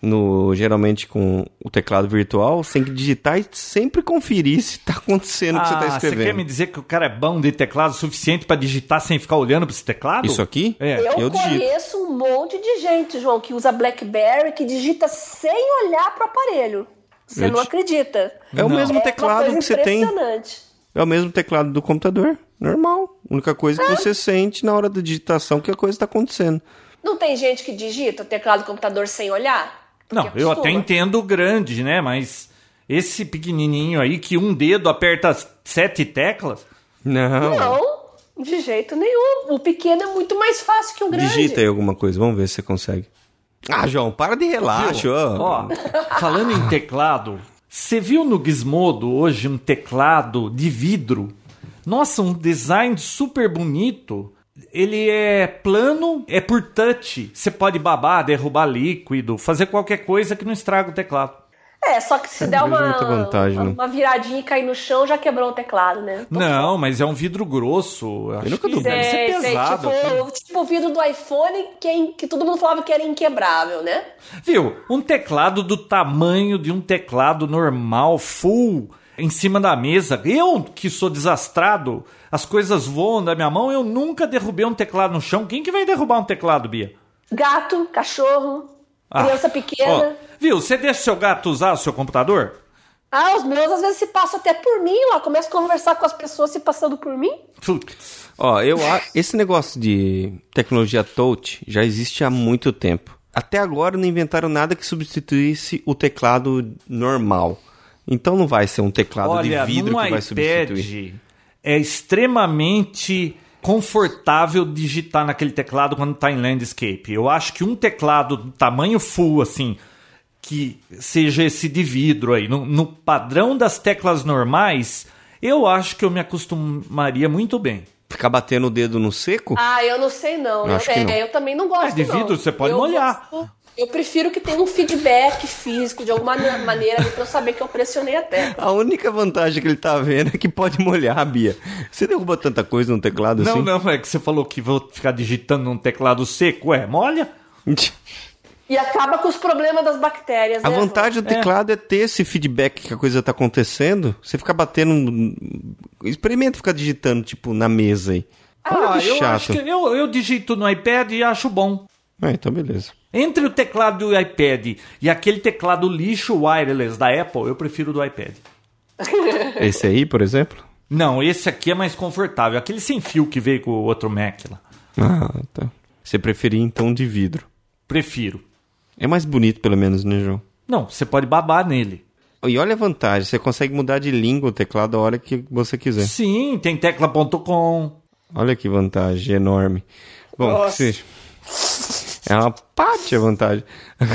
C: no geralmente com o teclado virtual, você tem que digitar e sempre conferir [laughs] se tá acontecendo o que você tá
A: Ah,
C: escrevendo.
A: quer me dizer que o cara é bom de teclado o suficiente pra digitar sem ficar olhando pra esse teclado?
C: Isso aqui?
A: É.
B: Eu,
C: eu digito.
B: conheço um monte de gente, João, que usa BlackBerry, que digita sem olhar pro aparelho. Você
C: Eu
B: não
C: di-
B: acredita.
C: É o
A: Não.
C: mesmo
B: É uma
C: teclado
B: coisa
C: que você tem.
B: Impressionante.
C: É o mesmo teclado do computador. Normal. A única coisa
B: Ah.
C: que você sente na hora da digitação que a coisa está acontecendo.
B: Não tem gente que digita o teclado do computador sem olhar? Porque
A: Não, eu
B: acostuma.
A: até entendo o grande, né? Mas esse pequenininho aí que um dedo aperta as sete teclas,
C: Não.
B: Não, é de jeito nenhum. O pequeno é muito mais fácil que o um grande.
C: Digita aí alguma coisa, vamos ver se você consegue. Ah, João, para de relaxo.
A: Ó, falando em teclado, você viu no Gizmodo hoje um teclado de vidro? Nossa, um design super bonito. Ele é plano, é por touch. Você pode babar, derrubar líquido, fazer qualquer coisa que não estraga o teclado.
B: É, só que se
C: Eu
B: der
C: não vejo
B: uma,
C: muita vantagem, não.
B: uma viradinha e cair no chão, já quebrou o teclado, né?
A: Não, mas é um vidro grosso. Eu acho
C: nunca
A: que
C: duvido.
A: deve ser pesado.
B: É,
A: assim.
B: tipo, tipo o vidro do iPhone que, é in- que todo mundo falava que era inquebrável, né?
A: Viu? Um teclado do tamanho de um teclado normal, full, em cima da mesa. Eu, que sou desastrado, as coisas voam da minha mão, eu nunca derrubei um teclado no chão. Quem que vai derrubar um teclado, Bia?
B: Gato, cachorro,
A: Ah,
B: criança pequena.
A: Viu? Você deixa o seu gato usar o seu computador?
B: Ah, os meus às vezes se passam até por mim lá. Começo a conversar com as pessoas se passando por mim.
A: Putz.
C: Ó, eu a... esse negócio de tecnologia touch já existe há muito tempo. Até agora não inventaram nada que substituísse o teclado normal. Então não vai ser um teclado
A: Olha,
C: de vidro
A: num
C: que vai substituir.
A: iPad é extremamente confortável digitar naquele teclado quando tá em landscape. Eu acho que um teclado do tamanho full, assim, que seja esse de vidro aí, no, no padrão das teclas normais, eu acho que eu me acostumaria muito bem.
C: Ficar batendo o dedo no seco?
B: Ah, eu não sei não.
C: Eu acho
B: eu,
C: que
B: é,
C: não.
B: eu também não gosto.
A: Mas de
B: não.
A: vidro você pode
B: Eu
A: molhar.
B: gosto- eu prefiro que tenha um feedback físico de alguma ma- maneira ali, pra eu saber que eu pressionei a tecla.
C: A única vantagem que ele tá vendo é que pode molhar, Bia. Você derruba tanta coisa no teclado [laughs] assim?
A: Não, não, é que você falou que vou ficar digitando num teclado seco, é, molha?
C: não.
B: E acaba com os problemas das bactérias.
C: A
B: né,
C: vantagem do
A: É.
C: teclado é ter esse feedback que a coisa tá acontecendo. Você ficar batendo. no- Experimenta ficar digitando, tipo, na mesa aí. Olha
A: Ah,
C: que
A: eu
C: chato.
A: acho que eu, eu digito no iPad e acho bom.
C: É, então beleza.
A: Entre o teclado do iPad e aquele teclado lixo wireless da Apple, eu prefiro do iPad.
C: Esse aí, por exemplo?
A: Não, esse aqui é mais confortável. Aquele sem fio que veio com o outro Mac lá.
C: Ah, tá. Você preferia então de vidro.
A: Prefiro.
C: É mais bonito, pelo menos, né, João?
A: Não, você pode babar nele.
C: E olha a vantagem, você consegue mudar de língua o teclado a hora que você quiser.
A: Sim, tem tecla.com.
C: Olha que vantagem enorme. Bom, que
B: Nossa.
C: seja. É uma parte a vantagem.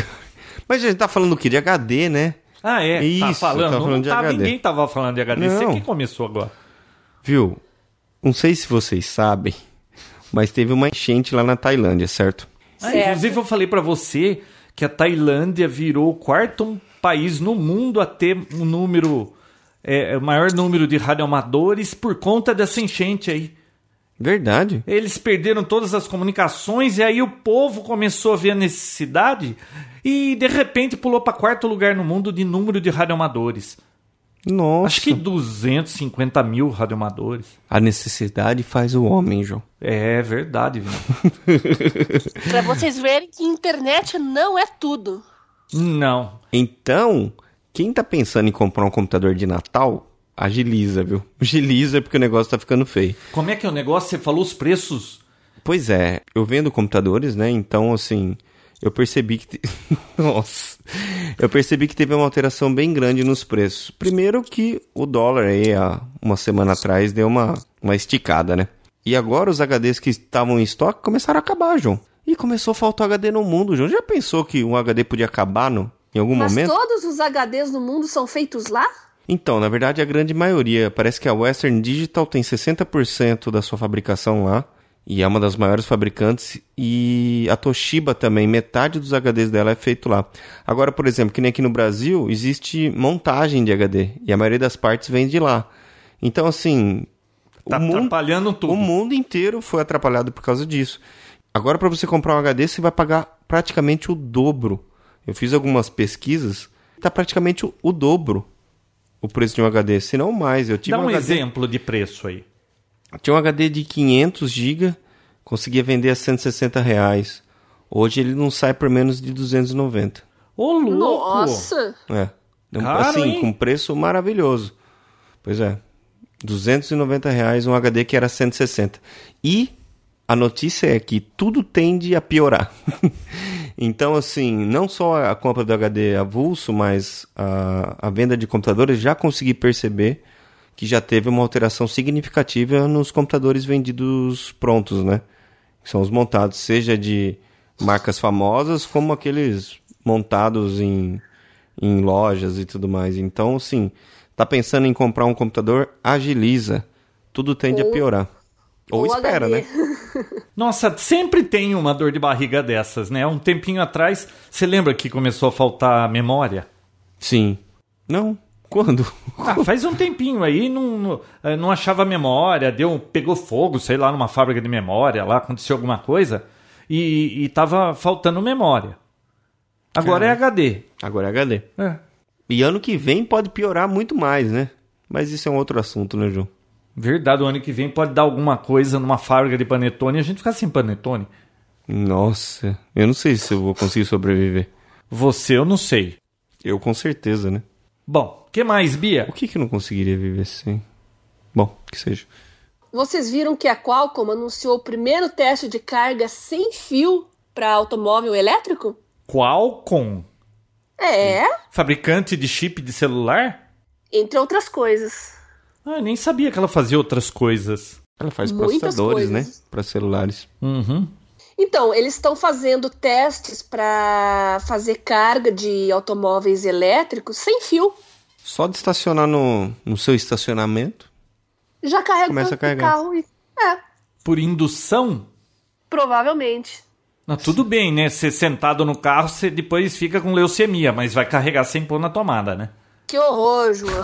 C: [laughs] Mas a gente tá falando o quê? De HD, né?
A: Ah, é. tá
C: Isso,
A: falando.
C: tá falando
A: Não
C: de
A: tava-
C: HD.
A: Ninguém tava falando de HD. Você
C: Não.
A: que começou agora.
C: Viu? Não sei se vocês sabem, mas teve uma enchente lá na Tailândia, certo?
A: Ah,
B: Certo.
A: inclusive, eu falei pra você que a Tailândia virou o quarto país no mundo a ter um número. é, o maior número de radioamadores por conta dessa enchente aí.
C: Verdade.
A: Eles perderam todas as comunicações e aí o povo começou a ver a necessidade e de repente pulou para quarto lugar no mundo de número de radioamadores.
C: Nossa.
A: Acho que 250 mil radioamadores.
C: A necessidade faz o homem, João.
A: É verdade, [laughs] viu?
B: Pra vocês verem que internet não é tudo.
A: Não.
C: Então, quem tá pensando em comprar um computador de Natal, agiliza, viu? [laughs] Agiliza porque o negócio tá ficando feio.
A: Como é que é o negócio? Você falou os preços.
C: Pois é, eu vendo computadores, né? Então, assim, eu percebi que. te- [laughs] Nossa! Eu percebi que teve uma alteração bem grande nos preços. Primeiro que o dólar aí, há uma semana atrás, deu uma, uma esticada, né? E agora os HDs que estavam em estoque começaram a acabar, João. E começou a faltar HD no mundo, João. Já pensou que um HD podia acabar no, em algum
B: Mas
C: momento?
B: todos os HDs no mundo são feitos lá?
C: Então, na verdade, a grande maioria. Parece que a Western Digital tem 60% da sua fabricação lá. E é uma das maiores fabricantes. E a Toshiba também, metade dos HDs dela é feito lá. Agora, por exemplo, que nem aqui no Brasil, existe montagem de HD. E a maioria das partes vem de lá. Então, assim.
A: Tá
C: o mundo-
A: atrapalhando tudo.
C: o mundo inteiro foi atrapalhado por causa disso. Agora, para você comprar um HD, você vai pagar praticamente o dobro. Eu fiz algumas pesquisas, tá praticamente o, o dobro o preço de um HD, se não mais. Eu tive
A: Dá um
C: um HD,
A: exemplo de preço aí.
C: tinha um HD de 500 GB, conseguia vender a 160 reais. Hoje ele não sai por menos de 290.
A: Ô, louco!
B: Nossa!
C: É. Então,
A: Caro,
C: assim,
A: hein?
C: com preço maravilhoso. Pois é. R$ 290 reais um HD que era 160. E a notícia é que tudo tende a piorar. [laughs] então, assim, não só a compra do HD avulso, mas a, a venda de computadores já consegui perceber que já teve uma alteração significativa nos computadores vendidos prontos, né? Que são os montados, seja de marcas famosas, como aqueles montados em, em lojas e tudo mais. Então, assim, tá pensando em comprar um computador, agiliza. Tudo tende a piorar. Ou, espera,
B: HD.
C: né?
A: Nossa, sempre tem uma dor de barriga dessas, né? Um tempinho atrás, você lembra que começou a faltar memória?
C: Sim. Não? [laughs] Quando?
A: Ah, faz um tempinho aí, não, não, eh, não achava memória, deu, pegou fogo, sei lá, numa fábrica de memória, lá aconteceu alguma coisa, e, e tava faltando memória. Agora é HD.
C: Agora é HD.
A: É.
C: E ano que vem pode piorar muito mais, né? Mas isso é um outro assunto, né, João?
A: Verdade, o ano que vem pode dar alguma coisa numa fábrica de panetone e a gente ficar sem panetone.
C: Nossa, eu não sei se eu vou conseguir sobreviver.
A: Você, eu não sei.
C: Eu com certeza, né?
A: Bom, que mais,
C: O
A: Bia?
C: que que eu não conseguiria viver sem? Bom, que seja.
B: Vocês viram que a Qualcomm anunciou o primeiro teste de carga sem fio para automóvel elétrico?
A: Qualcomm,
B: É,
A: fabricante de chip de celular?
B: entre outras coisas.
A: Ah, eu nem sabia que ela fazia outras coisas.
C: Ela faz
B: Muitas
C: processadores, né?
B: coisas.
C: Para celulares.
A: Uhum.
B: Então, eles estão fazendo testes para fazer carga de automóveis elétricos sem fio.
C: Só de estacionar no, no seu estacionamento.
B: Já carrega
C: Começa a
B: o
C: carregar.
B: carro e. É,
A: Por indução?
B: provavelmente.
A: Ah, tudo bem, né? Ser sentado no carro, você depois fica com leucemia, mas vai carregar sem pôr na tomada, né?
B: Que horror,
C: [laughs]
B: João.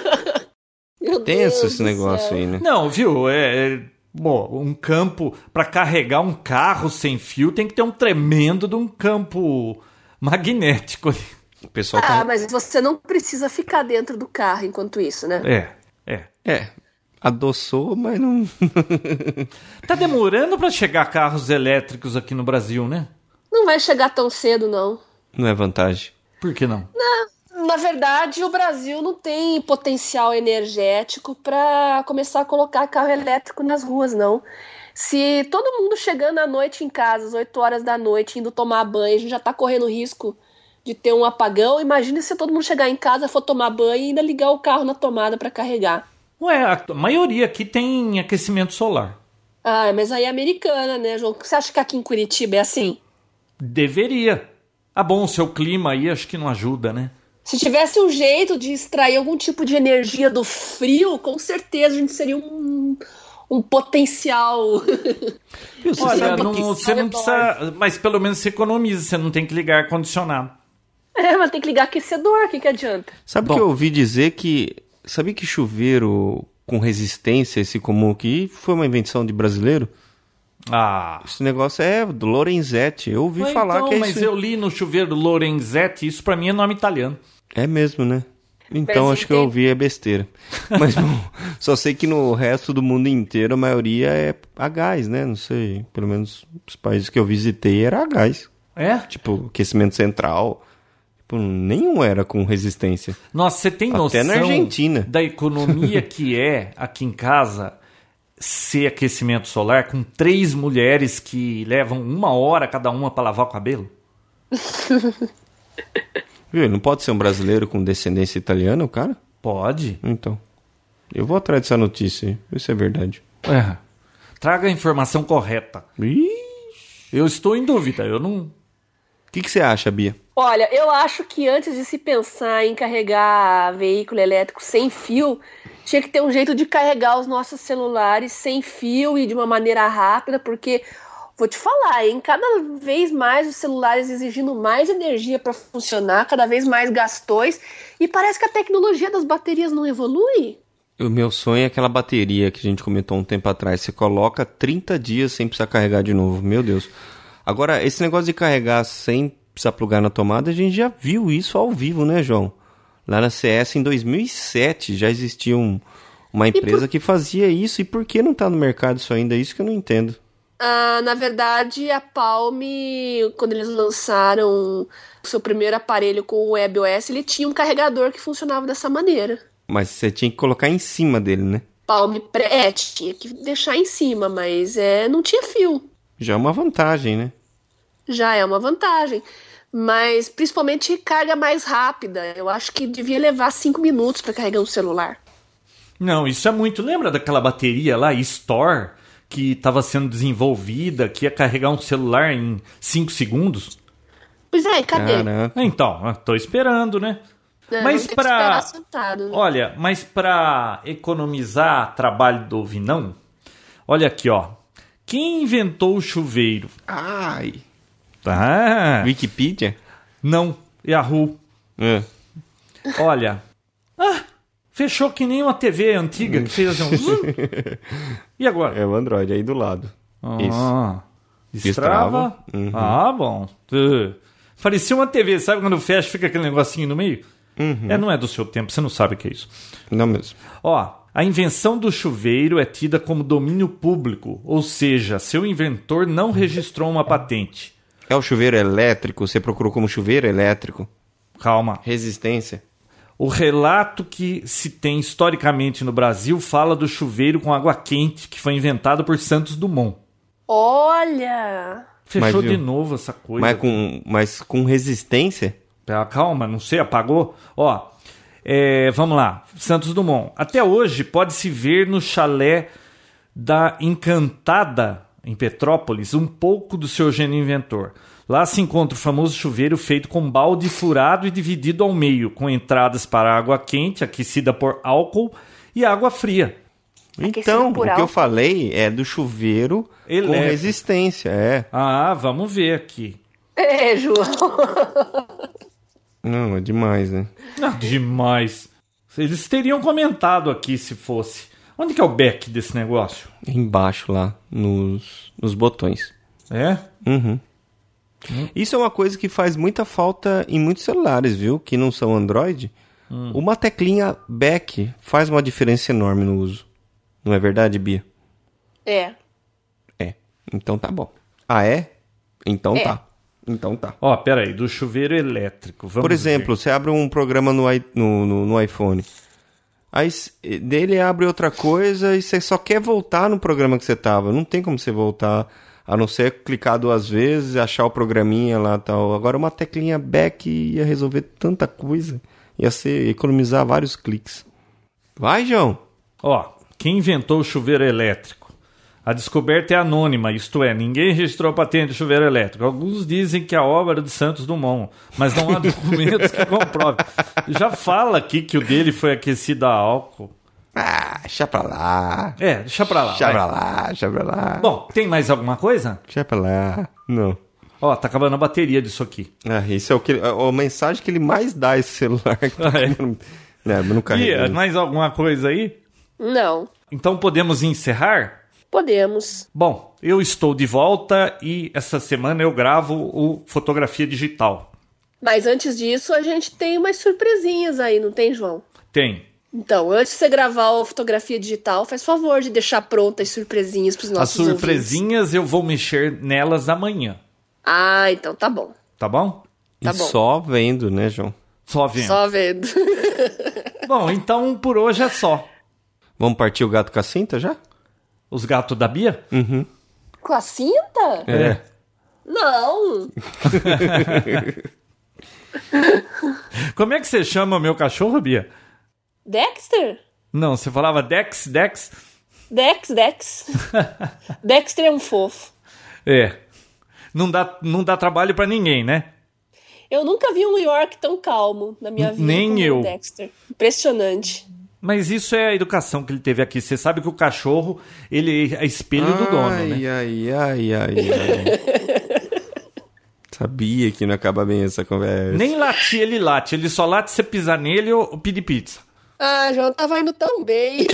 B: [laughs] Meu
C: Tenso
B: Deus
C: esse
B: do
C: negócio
B: céu.
C: aí, né?
A: Não, viu? É, é, Bom, um campo para carregar um carro sem fio tem que ter um tremendo de um campo magnético. ali.
C: O pessoal
B: Ah,
C: tá.
B: mas você não precisa ficar dentro do carro enquanto isso, né?
A: [laughs] É, é.
C: É. Adoçou, mas não.
A: Tá demorando para chegar carros elétricos aqui no Brasil, né?
B: Não vai chegar tão cedo, não.
C: não é vantagem.
A: Por que não?
B: Na verdade, o Brasil não tem potencial energético para começar a colocar carro elétrico nas ruas, não. Se todo mundo chegando à noite em casa, às 8 horas da noite, indo tomar banho, a gente já tá correndo risco de ter um apagão. Imagina se todo mundo chegar em casa, for tomar banho e ainda ligar o carro na tomada para carregar.
A: Ué, a maioria aqui tem aquecimento solar.
B: Ah, mas aí é americana, né, João? Você acha que aqui em Curitiba é assim?
A: Deveria. Ah, bom, o seu clima aí acho que não ajuda, né?
B: Se tivesse um jeito de extrair algum tipo de energia do frio, com certeza a gente seria um, um potencial. [laughs]
C: Viu, você
A: Olha,
C: sabe
A: não-
C: que-
A: você não precisa. Mas pelo menos você economiza, você não tem que ligar ar-condicionado.
B: É, mas tem que ligar aquecedor, o que, que adianta?
C: Sabe
A: Bom.
C: que eu ouvi dizer que. Sabia que chuveiro com resistência, esse comum aqui, foi uma invenção de brasileiro?
A: Ah.
C: Esse negócio é do Lorenzetti. Eu ouvi
A: Ué,
C: falar
A: então,
C: que é
A: mas
C: isso.
A: eu li no chuveiro Lorenzetti, isso pra mim é nome italiano.
C: É mesmo, né? Então
B: Mas
C: acho que eu
B: entende-
C: ouvi é besteira. Mas bom, só sei que no resto do mundo inteiro a maioria é a gás, né? Não sei. Pelo menos os países que eu visitei era a gás.
A: É?
C: Tipo, aquecimento central. Tipo, nenhum era com resistência.
A: Nossa, você tem
C: Até
A: noção
C: na Argentina.
A: da economia que é aqui em casa ser aquecimento solar com três mulheres que levam uma hora cada uma pra lavar o cabelo?
C: Viu? Não pode ser um brasileiro com descendência italiana, o cara?
A: Pode.
C: Então. Eu vou atrás dessa notícia aí. Isso é verdade.
A: É. Traga a informação correta.
C: Ih,
A: Eu estou em dúvida, eu não.
C: O que, que você acha, Bia?
B: Olha, eu acho que antes de se pensar em carregar veículo elétrico sem fio, tinha que ter um jeito de carregar os nossos celulares sem fio e de uma maneira rápida, porque vou te falar, hein, cada vez mais os celulares exigindo mais energia para funcionar, cada vez mais gastões, e parece que a tecnologia das baterias não evolui.
C: O meu sonho é aquela bateria que a gente comentou um tempo atrás. Você coloca 30 dias sem precisar carregar de novo. Meu Deus. Agora, esse negócio de carregar sem precisar plugar na tomada, a gente já viu isso ao vivo, né, João? Lá na CS em 2007 já existia um- uma empresa que fazia isso. E por que não tá no mercado isso ainda? É isso que eu não entendo.
B: Ah, na verdade, a Palm, quando eles lançaram o seu primeiro aparelho com o WebOS, ele tinha um carregador que funcionava dessa maneira.
C: Mas você tinha que colocar em cima dele, né?
B: Palm Pre- é, tinha que deixar em cima, mas é, não tinha fio.
C: Já é uma vantagem, né?
B: Já é uma vantagem. Mas principalmente carga mais rápida. Eu acho que devia levar cinco minutos para carregar um celular.
A: Não, isso é muito. Lembra daquela bateria lá, Store, que estava sendo desenvolvida, que ia carregar um celular em 5 segundos?
B: Pois é, cadê?
C: Caraca.
A: Então, eu tô esperando, né?
B: Não,
A: mas
B: não tem que
A: pra-
B: esperar sentado. né?
A: Olha, mas para economizar trabalho do Vinão, olha aqui, ó. Quem inventou o chuveiro?
C: Ai.
A: Tá.
C: Wikipedia?
A: Não, Yahoo.
C: É.
A: Olha. Ah, fechou que nem uma TV antiga que fez assim um. zum. E agora?
C: É o Android aí do lado. Isso.
A: Ah,
C: Destrava. Uhum.
A: destrava. Ah, bom. Uh. Parecia uma TV, sabe quando fecha fica aquele negocinho no meio?
C: Uhum.
A: É, não é do seu tempo, você não sabe o que é isso.
C: Não mesmo.
A: Ó, a invenção do chuveiro é tida como domínio público, ou seja, seu inventor não registrou uma patente.
C: É o chuveiro elétrico? Você procurou como chuveiro elétrico?
A: Calma.
C: Resistência?
A: O relato que se tem historicamente no Brasil fala do chuveiro com água quente que foi inventado por Santos Dumont.
B: Olha!
A: Fechou
C: Mas,
A: de
C: viu?
A: novo essa coisa.
C: Mas com, mas com resistência?
A: Pera, calma, não sei, apagou? Ó, é, vamos lá. Santos Dumont. Até hoje pode-se ver no chalé da Encantada, em Petrópolis, um pouco do seu gênio inventor. Lá se encontra o famoso chuveiro feito com balde furado e dividido ao meio, com entradas para água quente, aquecida por álcool, e água fria.
B: Aquecido
C: Então, o
B: por
C: que
B: álcool.
C: eu falei é do chuveiro com
A: Elétrico.
C: resistência, é.
A: Ah, vamos ver aqui.
B: É, João. [laughs]
C: Não, é demais, né?
A: Ah, demais. Eles teriam comentado aqui se fosse. Onde que é o back desse negócio?
C: Embaixo lá, nos, nos botões.
A: É?
C: Uhum. Isso é uma coisa que faz muita falta em muitos celulares, viu? Que não são Android.
A: Hum.
C: Uma teclinha back faz uma diferença enorme no uso. Não é verdade, Bia?
B: É.
C: É. Então tá bom. Ah, é? Então
B: É.
C: tá. Então tá.
A: Ó, peraí, do chuveiro elétrico. Vamos
C: Por exemplo, você abre um programa no, i- no, no- no iPhone. Aí s- dele abre outra coisa e você só quer voltar no programa que você tava. Não tem como você voltar, a não ser clicar duas vezes, achar o programinha lá e tal. Agora uma teclinha back ia resolver tanta coisa. Ia ser economizar vários cliques. Vai, João.
A: ver. Ó, quem inventou o chuveiro elétrico? A descoberta é anônima, isto é, ninguém registrou a patente do chuveiro elétrico. Alguns dizem que é a obra de Santos Dumont, mas não há [laughs] documentos que comprovem. Já fala aqui que o dele foi aquecido a álcool.
C: Ah, deixa pra lá.
A: É, deixa pra lá.
C: Deixa
A: vai.
C: pra lá, deixa pra lá.
A: Bom, tem mais alguma coisa?
C: Deixa pra lá. Não.
A: Ó, tá acabando a bateria disso aqui.
C: Ah, isso é o que, a, a mensagem que ele mais dá esse celular. Que né, tá
A: Ah, é?
C: queimando- [laughs] Não, mas não carrega.
A: Bia, mais alguma coisa aí?
B: Não.
A: Então podemos encerrar?
B: Podemos.
A: Bom, eu estou de volta e essa semana eu gravo o Fotografia Digital.
B: Mas antes disso, a gente tem umas surpresinhas aí, não tem, João?
A: Tem.
B: Então, antes de você gravar a fotografia digital, faz favor de deixar prontas as surpresinhas pros
A: As
B: nossos ouvintes.
A: surpresinhas eu vou mexer nelas amanhã,
B: Ah, então tá bom.
A: tá bom?
B: Tá
C: e
B: bom.
C: só vendo, né, João?
A: Só vendo.
B: Só vendo.
A: Bom, então por hoje é só.
C: Vamos partir o gato com a cinta já?
A: Os gatos da Bia?
B: [laughs] Com a cinta?
A: É.
B: Não.
A: Como é que você chama meu cachorro, Bia?
B: Dexter?
A: Não, você falava Dex, Dex?
B: Dex,
A: [laughs]
B: Dex. Dexter é um fofo.
A: É. Não dá, não dá trabalho pra ninguém, né?
B: Eu nunca vi um New York tão calmo na minha
A: N-
B: vida.
A: nem
B: como o
A: eu.
B: Dexter. Impressionante.
A: Mas isso é a educação que ele teve aqui. Você sabe que o cachorro, ele é espelho do dono, né?
C: ai, ai, ai, ai,
B: [laughs]
C: ai. Sabia que não acaba bem essa conversa.
A: Nem latir ele late, ele só late se você pisar nele ou ou pedir pizza.
B: Ah, João tava indo tão bem.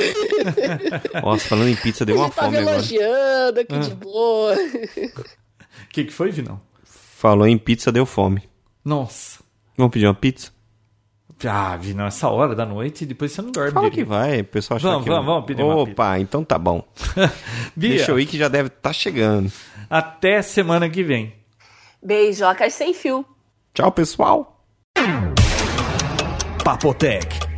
C: Nossa, falando em pizza, deu uma
B: [laughs] Ele tava
C: fome agora.
B: elogiando aqui
A: Ah.
B: de boa.
A: O que, que foi, Vinão?
C: Falou em pizza, deu fome.
A: Nossa.
C: Vamos pedir uma pizza?
A: Ah, Vinão, essa hora da noite, depois você não dorme.
C: Fala que
A: direito.
C: vai, o pessoal achar
A: Vamos,
C: que...
A: vamos, vamos pedir uma
C: Opa, então tá bom.
A: [laughs] Bia,
C: Deixa eu ir que já deve estar chegando.
A: até semana que vem.
B: Beijocas sem fio.
C: Tchau, pessoal.
D: Papotec,